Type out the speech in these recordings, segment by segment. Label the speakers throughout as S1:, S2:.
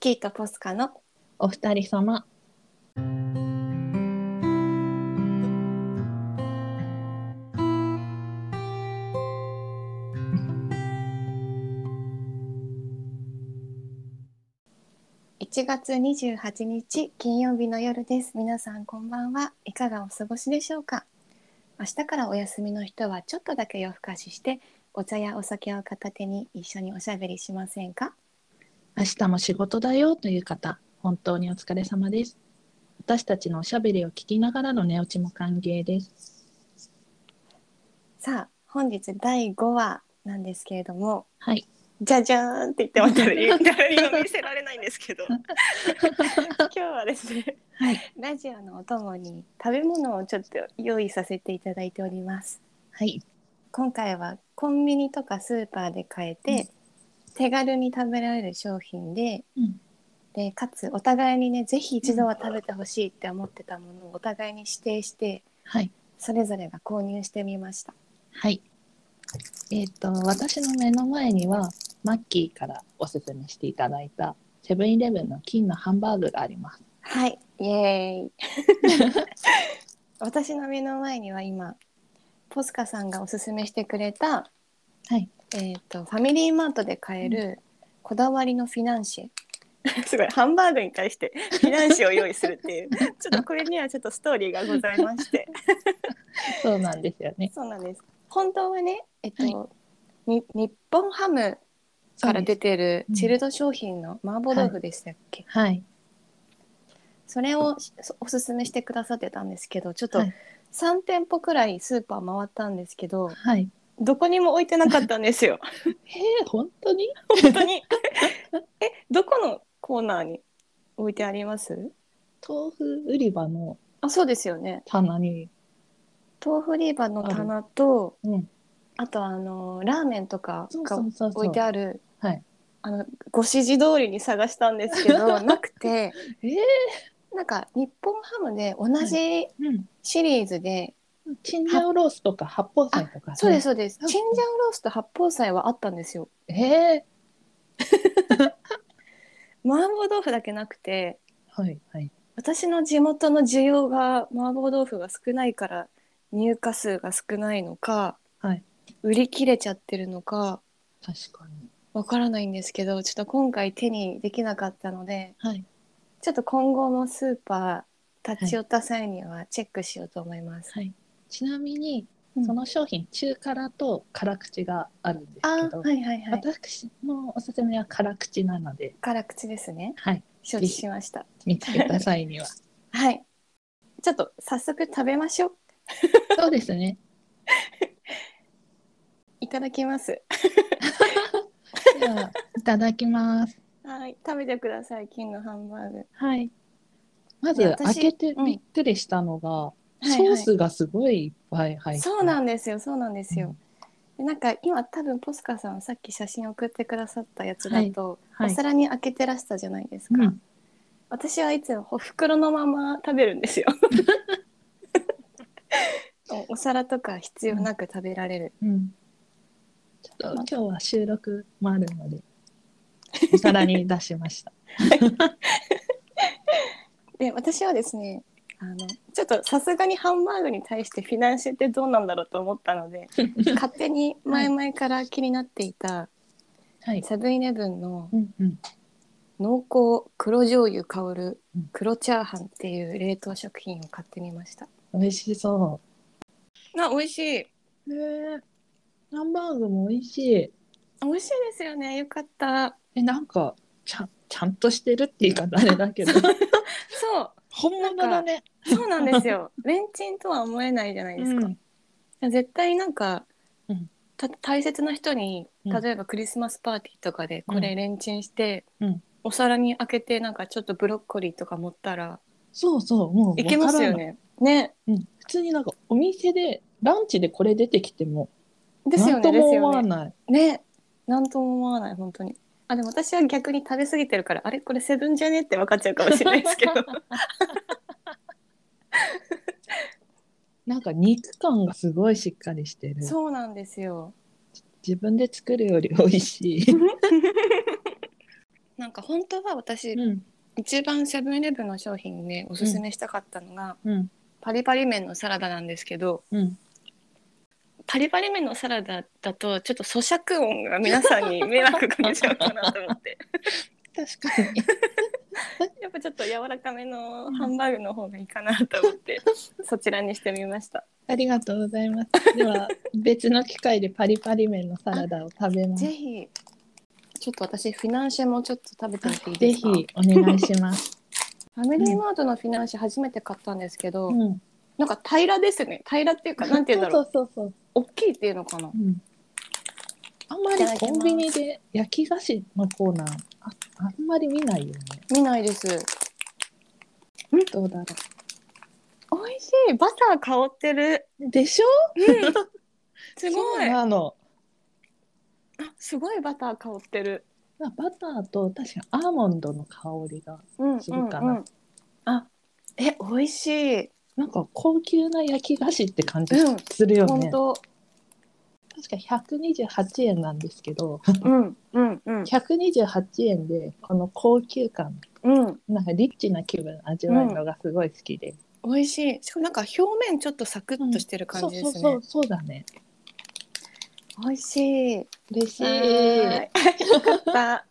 S1: キーとポスカの
S2: お二人様。
S1: 1月28日金曜日の夜です皆さんこんばんはいかがお過ごしでしょうか明日からお休みの人はちょっとだけ夜更かししてお茶やお酒を片手に一緒におしゃべりしませんか
S2: 明日も仕事だよという方、本当にお疲れ様です。私たちのおしゃべりを聞きながらの寝落ちも歓迎です。
S1: さあ本日第5話なんですけれども
S2: はい。
S1: じゃじゃーんって言っても誰に 誰にも見せられないんですけど今日はですね
S2: はい。
S1: ラジオのお供に食べ物をちょっと用意させていただいております
S2: はい。
S1: 今回はコンビニとかスーパーで買えて、手軽に食べられる商品で
S2: うん。
S1: でかつお互いにねぜひ一度は食べてほしいって思ってたものをお互いに指定して
S2: はい。
S1: それぞれが購入してみました
S2: はい。えっ、と、私の目の前には、マッキーからおすすめしていただいた、セブンイレブンの金のハンバーグがあります。
S1: はいイエーイ 私の目の前には今ポスカさんがおすすめしてくれた、
S2: はい。
S1: えー、とファミリーマートで買えるこだわりのフィナンシェ すごいハンバーグに対してフィナンシェを用意するっていうちょっとこれにはちょっとストーリーがございまして
S2: そうなんですよね。
S1: そうなんです。本当はね、えっと、
S2: は
S1: に日本ハムから出
S2: て
S1: てる
S2: うん
S1: チルド商品の麻婆豆腐でしたっけ、
S2: はい。
S1: それをしおすすめしてくださってたんですけど、ちょっと
S2: はい
S1: 3店舗くらいスーパー回ったんですけど、
S2: はい。
S1: どこにも置いてなかったんです よ。
S2: へえ、本当に
S1: 本当に。え、どこのコーナーに置いてあります？
S2: 豆腐売り場の
S1: あ、そうですよね。
S2: 棚に、
S1: 豆腐売り場の棚と、
S2: うん、
S1: あとあのラーメンとか
S2: そう
S1: が
S2: そうそうそう
S1: 置いてある
S2: はい
S1: あのご指示通りに探したんですけ どなくて
S2: えー
S1: なんか日本ハムで同じ
S2: うん、
S1: シリーズで、
S2: チンジャオロースとか八宝菜とか、
S1: そうです。そうです
S2: うん
S1: チンジャオロースと八宝菜はあったんですよ
S2: ええ
S1: 麻婆豆腐だけなくて
S2: はいはい。
S1: 私の地元の需要が麻婆豆腐が少ないから入荷数が少ないのか、
S2: はい
S1: 売り切れちゃってるのか
S2: 確かに。
S1: わからないんですけどちょっと今回手にできなかったので
S2: はい。
S1: ちょっと今後もスーパー立ち寄った際にはチェックしようと思います。
S2: はい。ちなみに、
S1: うん
S2: その商品、中辛と辛口があるんですけ
S1: あ
S2: ど、
S1: はいはいはい。
S2: 私のおすすめは辛口なので、
S1: 辛口ですね。
S2: はい。
S1: 承知しました。
S2: 見つけた際には。
S1: はい。ちょっと早速食べましょう。
S2: そうですね。
S1: いただきます。
S2: じゃあ、いただきます。
S1: はい。食べてください。金のハンバーグ。
S2: はい。ま
S1: いや
S2: ず、
S1: 私
S2: 開けて
S1: うん
S2: びっくりしたのが、
S1: はい
S2: ソ
S1: は
S2: ー
S1: い
S2: スがすごいいっぱい入って
S1: そうなんんですよ。そうなんですよ。でなんか今多分ポスカさんさっき写真送ってくださったやつだと、
S2: はい。
S1: お皿に開けてらしたじゃないですか。
S2: うん、
S1: 私はいつもお袋のまま食べるんです よ。おお皿とか必要なく食べられる。
S2: うん。ちょっと今日は収録もあるので、お皿に出しました。
S1: で私はですねあのちょっとさすがにハンバーグに対してフィナンシェってどうなんだろうと思ったの で勝手に前々から気になっていた
S2: はい。
S1: セブンイレブンの
S2: うんうん。
S1: 濃厚黒醤油香る
S2: うん
S1: 黒チャーハンっていう冷凍食品を買ってみました。
S2: 美味しそ
S1: あ美味しい
S2: うん。へえ。ハンバーグも美味しい。
S1: 美味しいですよねよかった
S2: え、なんか、ちゃん、ちゃんとしてるっていうか、あれだけど。
S1: そ
S2: 本物だね。
S1: うそうなんですよ レンチンとは思えないじゃないですか、絶対なんか、
S2: うん
S1: た大切な人に
S2: うん
S1: 例えばクリスマスパーティーとかで
S2: うん
S1: これレンチンして、
S2: うん
S1: お皿に開けてなんかちょっとブロッコリーとか盛ったら
S2: そうそう、もう。
S1: いけますよ。ね。ね
S2: うん。普通になんか、お店で、ランチでこれ出てきても、
S1: ですよ
S2: なんと
S1: ねで
S2: も
S1: す
S2: 思
S1: よ
S2: わ
S1: ね。
S2: ない。
S1: ねなんとも思わない本当に。あでも私は逆に食べ過ぎてるからあれこれセブンじゃねって分かっちゃうかもしれないですけど
S2: なんか、肉感がすごいしっかりしてる。
S1: そうなんですよ。
S2: 自分で作るより美味しい。
S1: なんか本当は私、
S2: うん
S1: 一番セブンイレブンの商品でおすすめしたかったのが、
S2: うん
S1: パリパリ麺のサラダなんですけど
S2: うん
S1: パリパリ麺のサラダだとちょっと咀嚼音が皆さんに迷惑かけちゃうかなと思って
S2: 確かに
S1: やっぱちょっと柔らかめのハンバーグの方がいいかなと思って、そちらにしてみました
S2: ありがとうございますでは別の機会でパリパリ麺のサラダを食べます
S1: ぜひちょっと私フィナンシェもちょっと食べてみていい
S2: ぜ
S1: です
S2: ひ
S1: か
S2: お願いします、
S1: ファミリーマートのフィナンシェ初めて買ったんですけど、
S2: うん、
S1: なんか平らですね平らっていうかなんて言うんだろう
S2: そうそうそうそう
S1: 大きいっていうのかな
S2: うん、あんまりコンビニで焼き菓子のコーナーああんまり見ないよね。
S1: 見ないです
S2: どうだろ
S1: 美味しいバター香ってる
S2: う。でしょ
S1: すごい
S2: そう
S1: あ
S2: なの。
S1: すごいバター香ってる
S2: バターと確かアーモンドの香りが
S1: うんうん
S2: するかな
S1: うんあえ美味しい
S2: なんか高級な焼き菓子って感じ
S1: うん
S2: するよ
S1: 本
S2: ね。
S1: 当
S2: 確か128円なんですけど、
S1: うんうんうん
S2: 128円でこの高級感、
S1: うん
S2: なんかリッチな気分味わうのがすごい好きで。
S1: 美味しいしかもなんか表面ちょっとサクッとしてる感じですね、
S2: そうそうそうそうだね。
S1: 美味しい
S2: 嬉しい。
S1: はーいよかった。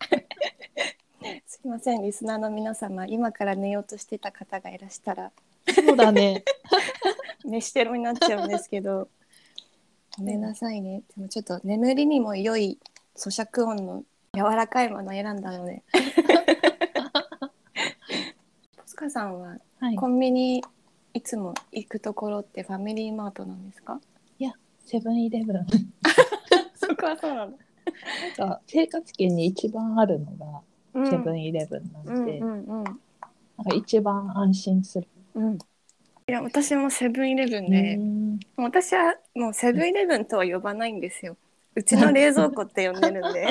S1: すいません、リスナーの皆様、今から寝ようとしてた方がいらしたら、
S2: そうだね。
S1: 寝してろになっちゃうんですけど。ごめんなさいね、でもちょっと眠りにも良い咀嚼音の柔らかいものを選んだの で。ポスカさんは
S2: はい。
S1: コンビニいつも行くところってファミリーマートなんですか。
S2: セブンイレブン。
S1: そこはそうなんだ。
S2: なんか生活圏に一番あるの
S1: う
S2: が
S1: ん、
S2: セブンイレブンな
S1: うん
S2: ので、
S1: うんうん。
S2: なんか一番安心する。
S1: うん、いや私もセブンイレブンで、
S2: うん
S1: 私はもうセブンイレブンとは呼ばないんですようちの冷蔵庫って呼んでるん で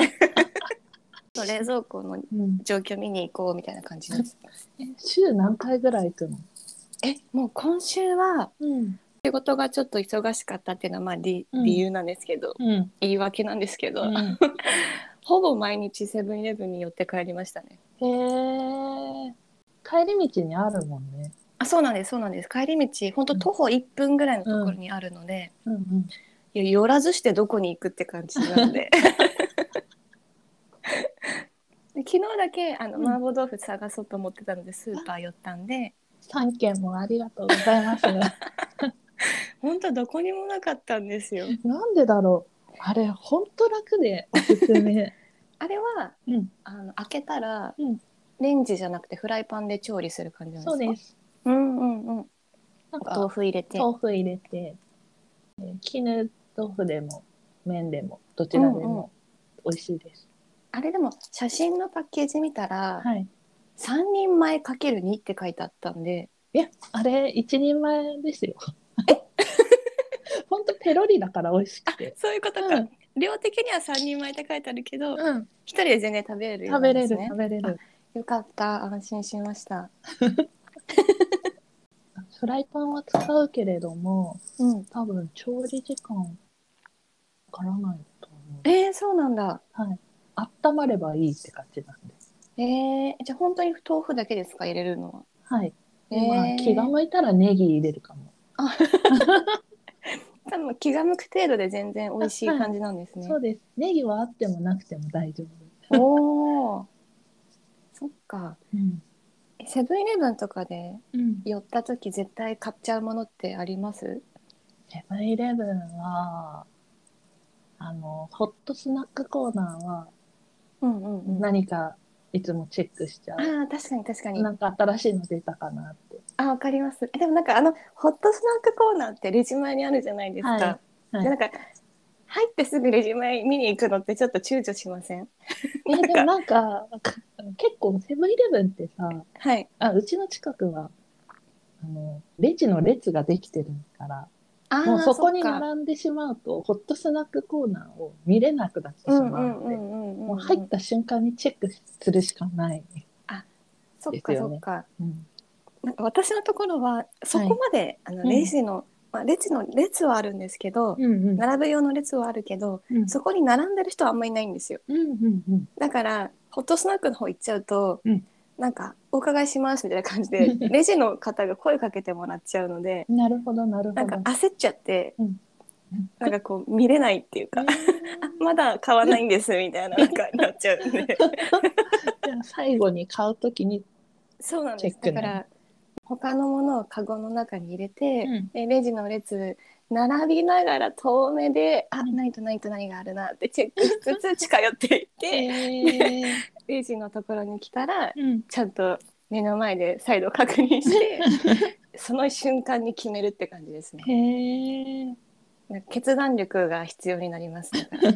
S1: そう冷蔵庫の
S2: うん
S1: 状況見に行こうみたいな感じです
S2: え週何回ぐらい行くの？
S1: えもう今週は
S2: うん。
S1: 仕事がちょっと忙しかったっていうのはまあ理,、
S2: うん
S1: 理由なんですけど
S2: うん。
S1: 言い訳なんですけど、
S2: うん
S1: ほぼ毎日セブンイレブンに寄って帰りましたね
S2: へえ。帰り道にあるもんね。
S1: あそうなんですそうなんです帰り道本当徒歩1分ぐらいのところにあるので、
S2: うんうん。
S1: いや寄らずしてどこに行くって感じなん でで昨日だけあの
S2: うん
S1: 麻婆豆腐探そうと思ってたのでスーパー寄ったんで
S2: 三件もありがとうございます。
S1: 本当どこにもなかったんですよ
S2: なんでだろう。あれ本当楽でおすすめ。
S1: あれは、
S2: うん
S1: あの開けたら、
S2: うん
S1: レンジじゃなくてフライパンで調理する感じなんですか
S2: そうですす。
S1: うんうんうん
S2: なん
S1: お豆
S2: か
S1: 腐入れて
S2: 豆腐入れて、えー絹豆腐でも麺でもどちらでも美味しいです。
S1: あれでも写真のパッケージ見たら、
S2: はい。
S1: 3人前かける2って書いてあったんで
S2: いや、あれ、一人前ですよ。 ほんとペロリだから美味しくて。
S1: そういうこと
S2: か
S1: 量的には3人前って書いてあるけど、一
S2: うん、
S1: 人で全然食べれるような
S2: 食べ
S1: んで
S2: れ
S1: す
S2: る、
S1: ね
S2: 食べれる。
S1: よかった安心しました。
S2: フライパンは使うけれども、
S1: うん。
S2: 多分調理時間、わからないと思う。
S1: えー、そうなんだ。
S2: 温まればいいって感じなんです。
S1: えー、じゃあ本当に豆腐だけですか入れるの
S2: はい。
S1: は。
S2: でまあ
S1: えー
S2: 気が向いたらネギ入れるかも。
S1: 多分気が向く程度で全然美味しい感じなんですね
S2: そ。うです。ネギはあってもなくても大丈夫。
S1: おお。そっか。
S2: うん。
S1: セブンイレブンとかで
S2: うん。
S1: 寄った時絶対買っちゃうものってあります？
S2: セブンイレブンは、あの、ホットスナックコーナーは、
S1: うんうんうん。
S2: 何かいつもチェックしちゃ
S1: あ
S2: う、
S1: あ確かに確かに。
S2: なんか新しいの出たかなって
S1: あわかります。えでもなんかあのホットスナックコーナーってレジ前にあるじゃないですか。
S2: はいはい
S1: でなんか入ってすぐレジ前見に行くのってちょっと躊躇しません？
S2: えでも なんか結構セブンイレブンってさ
S1: はい。
S2: あうちの近くはあのレジの列ができてるから
S1: あー
S2: もうそこに
S1: っか
S2: 並んでしまうとホットスナックコーナーを見れなくなってし
S1: う
S2: ま
S1: んう
S2: うの
S1: ん
S2: で、
S1: うんうんうん。
S2: もう入った瞬間にチェックするしかない、
S1: そっ
S2: で
S1: か
S2: す
S1: そ
S2: よ
S1: っ
S2: ね
S1: か。
S2: うん
S1: なんか私のところはそこまで、あのレジの、まあレジの列はあるんですけど、
S2: うんうん
S1: 並ぶ用の列はあるけど、
S2: うん
S1: そこに並んでる人はあんまりいないんですよ。
S2: うんうんうん
S1: だからホットスナックの方行っちゃうと、
S2: うん
S1: なんか「お伺いします」みたいな感じでレジの方が声かけてもらっちゃうので
S2: なるほどなるほ
S1: な
S2: ど
S1: んか焦っちゃって、
S2: うん
S1: なんかこう見れないっていうか
S2: えー
S1: 「あまだ買わないんです」みたいななんかなっちゃうんで
S2: じゃあ最後に買うときに、
S1: そうなんです
S2: チェッ
S1: だ
S2: クね
S1: から他のものをカゴの中に入れて、
S2: うん
S1: でレジの列並びながら遠目で「あ
S2: うん
S1: 何と何と何があるな」って チェックしつつ近寄っていって
S2: えー
S1: レジのところに来たら
S2: うん、
S1: ちゃんと目の前で再度確認して その瞬間に決めるって感じですね。
S2: へえ
S1: 決断力が必要になり ますだから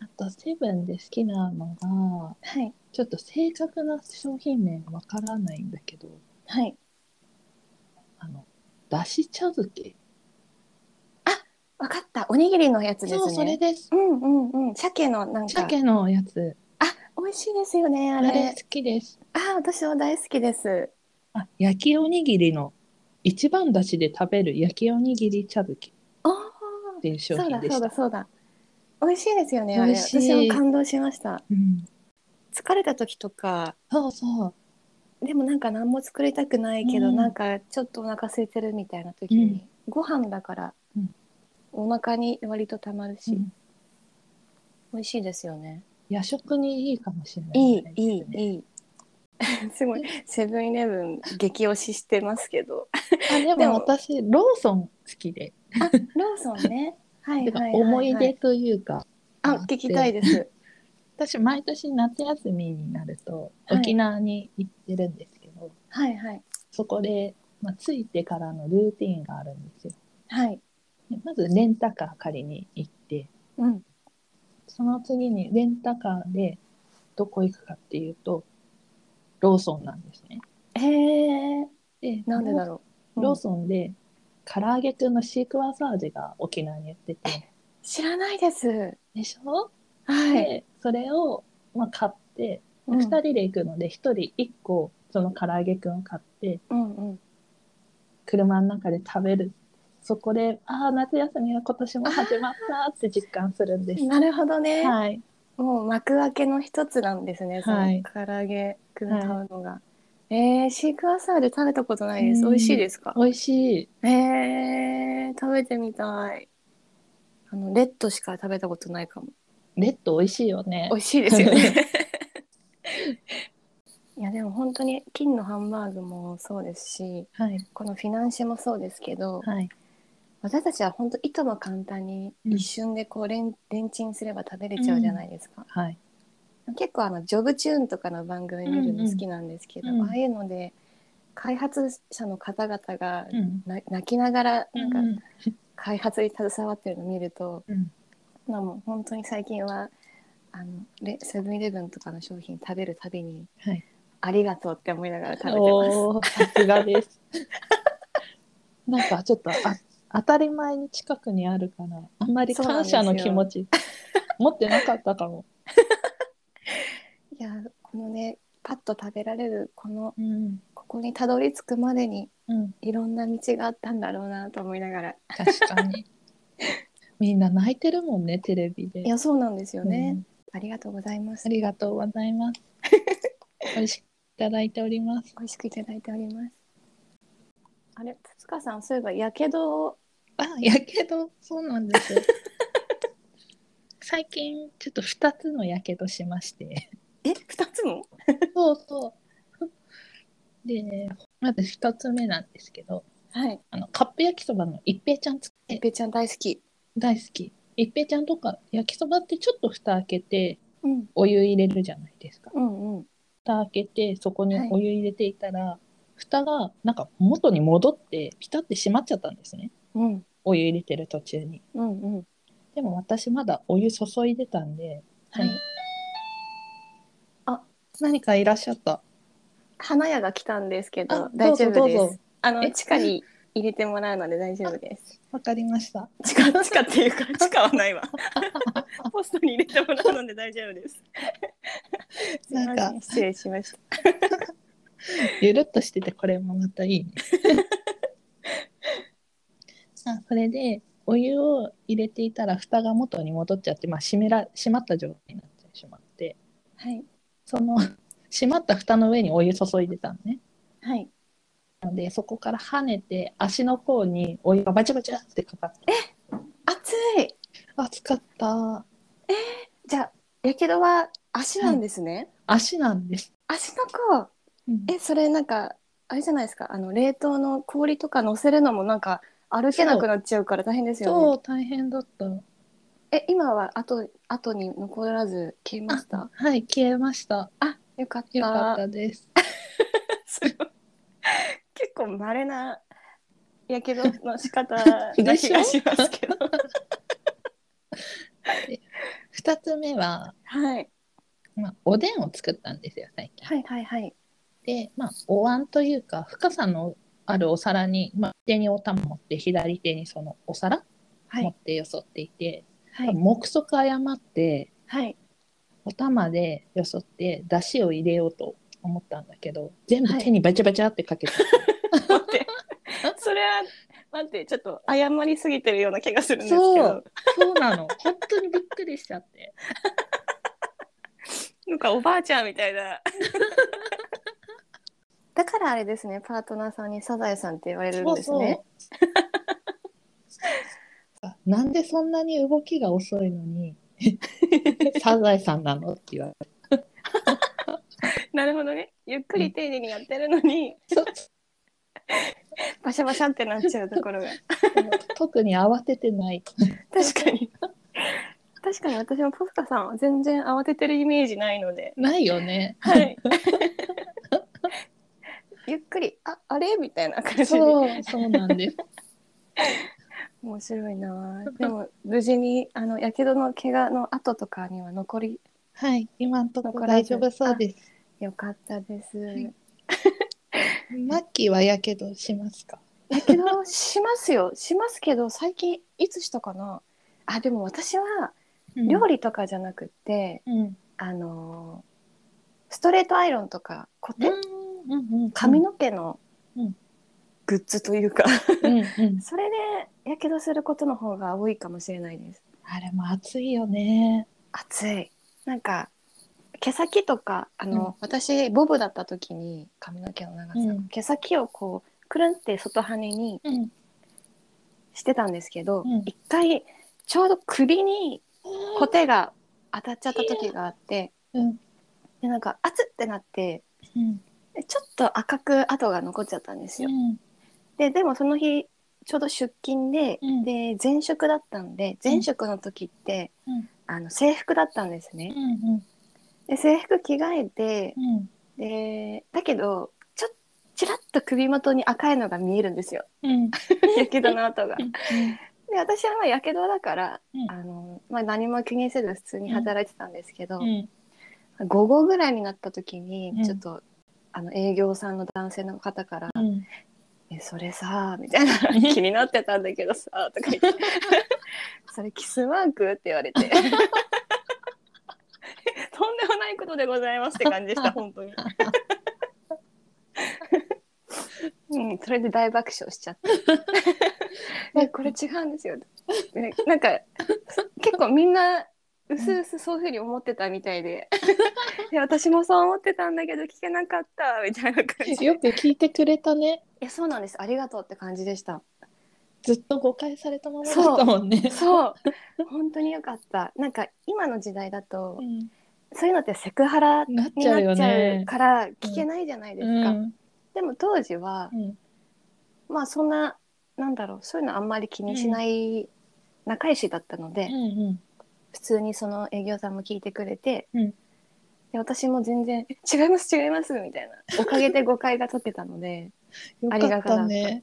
S2: あとセブンで好きなのが
S1: はい
S2: ちょっと正確な商品名わからないんだけど
S1: はい
S2: あのだし茶漬け
S1: 分かったおにぎりのやつですね。
S2: そうそれです
S1: うんうんうん鮭のなんか
S2: 鮭のやつ
S1: あ美味しいですよねあ
S2: あ
S1: れ
S2: れ好きです
S1: あ私も大好きです。
S2: あ焼きおにぎりの一番だしで食べる焼きおにぎり茶漬け
S1: あー
S2: っていう商
S1: そう
S2: 品
S1: だ
S2: で
S1: そう
S2: し
S1: だ
S2: た。
S1: そうだ美味しいですよねあれ
S2: 美味しい
S1: 私も感動しました
S2: うん、
S1: 疲れた時とか
S2: そうそう。
S1: でもなんか何も作りたくないけど、
S2: うん
S1: なんかちょっとお腹空いてるみたいな時に、ご飯だから、
S2: うん
S1: お腹に割とたまるし、
S2: うん
S1: 美味しいですよね
S2: 夜食にいいかもしれない
S1: いい
S2: ですね、
S1: いいいいすごいセブンイレブン激推ししてますけど
S2: あで
S1: でも
S2: も私ローソン好きで、
S1: ローソンねはい
S2: て
S1: は
S2: か
S1: いはい、はい、
S2: 思い出というか、
S1: あ聞きたいです
S2: 私毎年夏休みになると
S1: はい
S2: 沖縄に行ってるんですけど、
S1: はいはい
S2: そこで、まあ、着いてからのルーティンがあるんですよ。
S1: はい
S2: でまずレンタカー借りに行って
S1: うん
S2: その次にレンタカーでどこ行くかっていうとローソンなんですね。
S1: へえ
S2: で
S1: なんでだろう、
S2: ロ
S1: う
S2: ー
S1: ん
S2: ソンで唐揚げくんのシークワーサージが沖縄に売ってて
S1: 知らないです
S2: でしょ、
S1: はい、
S2: でそれを、まあ、買って、
S1: う
S2: 二
S1: ん、
S2: 2人で行くので1人1個その唐揚げくんを買って
S1: うんうん
S2: 車の中で食べるそこでああ夏休みが今年も始まったって実感するんです。
S1: なるほどね、
S2: はい、
S1: もう幕開けの一つなんですね、
S2: はい
S1: その唐揚げくん買うのが、えー、シークワーサーで食べたことないです、
S2: うん
S1: 美味しいですか
S2: 美味しい
S1: えー、食べてみたいあのレッドしか食べたことないかも
S2: レッド美味しいよね
S1: 美味しいですよね いやでも本当に金のハンバーグもそうですし
S2: はい
S1: このフィナンシェもそうですけど、
S2: はい
S1: 私たちは本当いとも簡単に
S2: うん
S1: 一瞬でこうレン,、レンチンすれば食べれちゃうじゃないですか、
S2: はい
S1: 結構あのジョブチューンとかの番組見るの好きなんですけど、
S2: うんうんうん
S1: ああいうので開発者の方々が
S2: うん
S1: な泣きながら
S2: う
S1: なん
S2: ん
S1: か開発に携わってるの見ると、
S2: うん
S1: なんかもう本当に最近はあのレセブンイレブンとかの商品食べるたびに
S2: はい
S1: ありがとうって思いながら食べてます。
S2: おーさすが です。なんかちょっとあ当たり前に近くにあるからあんまり感謝の気持ち持ってなかったかも。
S1: いやこのねパッと食べられるこの
S2: うん、
S1: ここにたどり着くまでに
S2: うん、
S1: いろんな道があったんだろうなと思いながら
S2: 確か に。みんな泣いてるもんねテレビで。
S1: いやそうなんですよね、
S2: うん
S1: ありがとうございます
S2: ありがとうございます。美味しくいただいております。
S1: 美味しくいただいております。あれ、つつかさん、そういえば、やけどを、
S2: あ、やけどそうなんですよ。最近ちょっと二つのやけどしまして。
S1: え、二つも。
S2: そうそう。で、まず一つ目なんですけど、
S1: はい、
S2: あのカップ焼きそばの一平ちゃんつ
S1: えぺちゃん大好き。
S2: 大好き。一平ちゃんとか焼きそばってちょっと蓋開けて
S1: うん、
S2: お湯入れるじゃないですか。
S1: うん、うん。
S2: 蓋開けてそこに
S1: はい
S2: お湯入れていたら、蓋がなんか元に戻ってピタって閉まっちゃったんですね。
S1: うん、
S2: お湯入れてる途中に。
S1: うん、うん。
S2: でも私まだお湯注いでたんで、
S1: はい。
S2: 何かいらっしゃった。
S1: 花屋が来たんですけど
S2: あ、
S1: 大丈夫
S2: どうぞどう
S1: で
S2: ぞ
S1: す。あの、
S2: え
S1: 地下に入れてもらうので、大丈夫です。
S2: わかりました。
S1: 地下、地下っていう か、地下はないわ。ポストに入れてもらうので、大丈夫です。すいませ
S2: なんか
S1: 失礼しました。
S2: ゆるっとしててこれもまたい いね。あそれでお湯を入れていたら蓋が元に戻っちゃって、まあ、閉めら閉まった状態になってしまっ
S1: はい
S2: その閉まった蓋の上にお湯注いでたのね
S1: はい
S2: なのでそこから跳ねて足の方にお湯がバチバチってかかって
S1: 暑い
S2: 暑かった
S1: じゃあやけどは足なんですね、
S2: 足なんです、
S1: 足の甲
S2: うん
S1: えそれなんかあれじゃないですかあの冷凍の氷とか乗せるのもなんか歩けなくなっちゃうから大変ですよね
S2: そう大変だった
S1: え今は後後に残らず消えました
S2: はい消えました
S1: あよかった
S2: よかったです
S1: すごい結構稀なやけどの仕方な
S2: でし
S1: 気
S2: ょ
S1: がしますけど
S2: 2つ目は、
S1: はい
S2: まあ、おでんを作ったんですよ最近、
S1: はいはいはい
S2: で、まあ、お椀というか深さのあるお皿に、まあ、手にお玉持って左手にそのお皿
S1: は
S2: 持っ
S1: い
S2: てよそっていて、
S1: はい
S2: 目測誤って
S1: はい
S2: お玉でよそって出汁を入れようと思ったんだけど全部手にバチャバチャってかけて、
S1: 待って それは待ってちょっと謝りすぎてるような気がするんですけ
S2: そ
S1: ど
S2: う そうなの本当にびっくりしちゃって
S1: なんかおばあちゃんみたいな だからあれですねパートナーさんにサザエさんって言われるんですね
S2: あなんでそんなに動きが遅いのにサザエさんなのって言われて
S1: なるほどねゆっくり丁寧にやってるのに、
S2: そう
S1: バシャバシャってなっちゃうとこ ろが
S2: 特に慌ててない
S1: 確かに確かに私もポスカさんは全然慌ててるイメージないので
S2: ないよね
S1: はい ゆっくりああれみたいな感じで
S2: そうそうなんです
S1: 面白い なあでも無事にあのやけどの怪我の跡とかには残り
S2: はい今のとこ
S1: 残
S2: ろ
S1: ら
S2: 大
S1: ず
S2: 丈夫そうです
S1: よかったです、
S2: いマッキーはやけどしますか
S1: やけどしますよしますけど最近いつしたかなあでも私は料理とかじゃなくって、
S2: うんうん
S1: あのーストレートアイロンとかコテ、
S2: うんうん
S1: 髪の毛の
S2: うん
S1: グッズというか
S2: うんうん
S1: それでやけどすることの方が多いかもしれないです
S2: あれも暑いよね
S1: 暑いなんか毛先とかあの、私ボブだった時に髪の毛の長さ、
S2: うん
S1: 毛先をこうくるんって外羽に
S2: うん
S1: してたんですけど、
S2: うん
S1: 一回ちょうど首にコテが当たっちゃった時があって、
S2: うん
S1: でなんか熱ってなって
S2: うん
S1: でちょっと赤く跡が残っちゃったんですよ。ででもその日ちょうど出勤で、
S2: うん
S1: で前職だったんで前職の時って、
S2: うん
S1: あの制服だったんですね。
S2: うん
S1: で制服着替えて
S2: うん
S1: でだけどちょちらっと首元に赤いのが見えるんです よ
S2: うん
S1: やけどの跡が。で私はまあやけどだから、
S2: うん
S1: あのまあ、何も気にせず普通に働いてたんですけど、
S2: うん
S1: 午後ぐらいになった時に
S2: うん
S1: ちょっと、あの営業さんの男性の方から
S2: うん
S1: 「えそれさ」みたいな「気になってたんだけどさ」とか言って「それキスマーク?」って言われて とんでもないことでございますって感じでした本当に。うん、それで大爆笑しちゃって「えこれ違うんですよ」ねなんか結構みんなうすうすそういうふうに思ってたみたいで「いや私もそう思ってたんだけど聞けなかった」みたいな感じ
S2: よく聞いてくれたね
S1: いやそうなんですありがとうって感じでした
S2: ずっと誤解されたままだったもんね
S1: そう 本当によかったなんか今の時代だと、
S2: うん
S1: そういうのってセクハラに
S2: なっちゃう
S1: な
S2: よ
S1: っちゃう
S2: ね
S1: から聞けないじゃないですか、
S2: うん
S1: でも当時は
S2: うん
S1: まあそんななんだろうそういうのあんまり気にしない仲良しだったので、
S2: うんうん
S1: 普通にその営業さんも聞いてくれて、
S2: うん
S1: で私も全然「違います違います」みたいなおかげで誤解が解けたので
S2: よかったね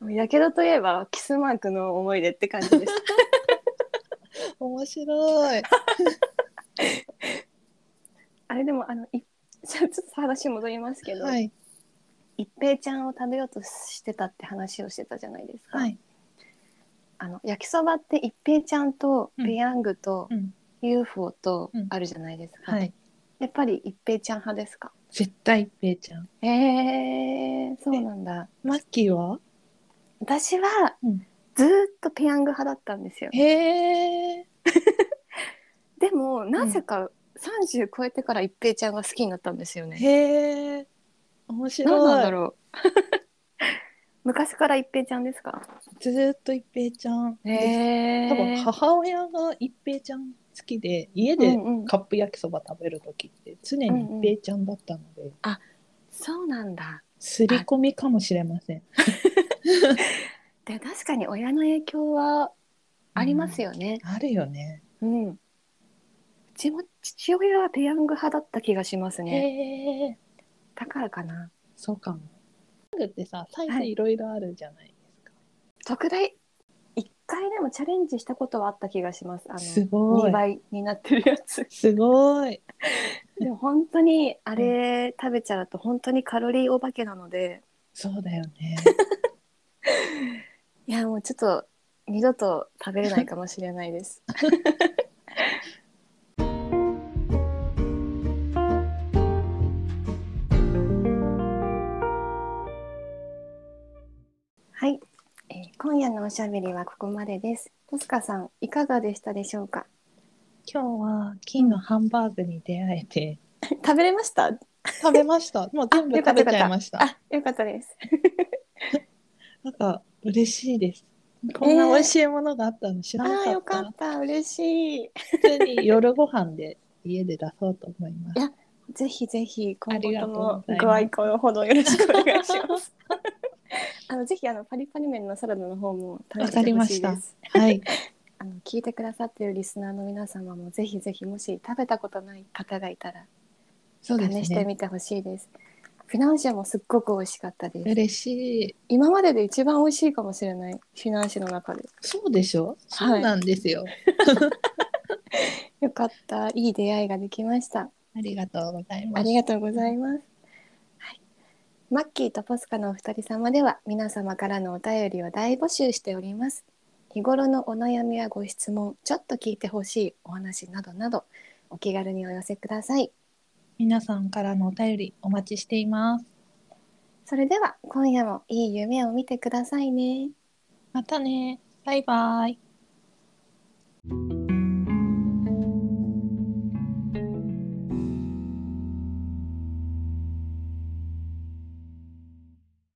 S1: もうやけどといえばキスマークの思い出って感じです
S2: 面白い
S1: あれでもあのい ちょっと話戻りますけど、
S2: はい
S1: 一平ちゃんを食べようとしてたって話をしてたじゃないですか、
S2: はい
S1: あの焼きそばって一平ちゃんと
S2: うん
S1: ペヤングと
S2: うん
S1: UFO と
S2: うん
S1: あるじゃないですか、
S2: はい
S1: やっぱり一平ちゃん派ですか
S2: 絶対ペイちゃん
S1: えー、そうなんだ
S2: マッキーは
S1: 私は
S2: うん
S1: ずーっとペヤング派だったんですよ、
S2: へえ
S1: でもなぜか30超えてから一平ちゃんが好きになったんですよね。
S2: へえ面
S1: 何なんだ
S2: 白い
S1: ろう。 昔から一平ちゃんですか。
S2: ずーっと一平ちゃん
S1: へ
S2: です、
S1: え
S2: 多分母親が一平ちゃん好きで家
S1: う
S2: で
S1: んうん、
S2: カップ焼きそば食べる時って常に一平ちゃんだったので、
S1: そうなんだ。
S2: すり込みかもしれません
S1: で確かに親の影響はありますよね。
S2: あるよね
S1: うん。うちも父親はペヤング派だった気がしますね。
S2: へえ
S1: だからかな。
S2: そうかもハングってさサイ
S1: は
S2: ズ
S1: い
S2: いろいろあるじゃないですか、
S1: 特大一回でもチャレンジしたことはあった気がします。あ
S2: す
S1: の
S2: ご
S1: 二
S2: い
S1: 倍になってるやつ。
S2: すごい
S1: でも本当にあれ食べちゃうと本当にカロリーお化けなので
S2: そうだよね
S1: いやもうちょっと二度と食べれないかもしれないです はい、えー今夜のおしゃべりはここまでですトスカさんいかがでしたでしょうか
S2: 今日は金のハンバーグに出会えて
S1: 食べれました
S2: 食べましたもう全部
S1: あよか
S2: 食
S1: った
S2: べちゃいました
S1: あよかったです
S2: なんか嬉しいですこんな美味しいものがあったの知
S1: あ
S2: ら
S1: ー
S2: な
S1: よ
S2: か
S1: か
S2: った
S1: っ、た嬉しい
S2: 普通に夜ご飯で家で出そうと思いま
S1: い
S2: す
S1: やぜひぜひ今後
S2: あり
S1: と
S2: がとうご
S1: も
S2: ざいます
S1: ご愛顧ほどよろしくお願いします。あのぜひあのパリパリ麺のサラダの方も試してほしい
S2: わかり
S1: で。
S2: ますはい
S1: あの聞いてくださってるリスナーの皆様もぜひぜひもし食べたことない方がいたら
S2: そうです
S1: 試して
S2: ね
S1: みてほしいです。フィナンシェもすっごく美味しかったです。
S2: 嬉しい
S1: 今までで一番美味しいかもしれないフィナンシェの中で。
S2: そうでしょそうなんですよ、
S1: よかったいい出会いができました。
S2: ありがとうございま
S1: あ
S2: す
S1: りがとうございます。はい、マッキーとポスカのお二人様では皆様からのお便りを大募集しております。日頃のお悩みやご質問、ちょっと聞いてほしいお話などなどお気軽にお寄せください。
S2: 皆さんからのお便りお待ちしています
S1: それでは今夜もいい夢を見てくださいね。
S2: またねバイバイ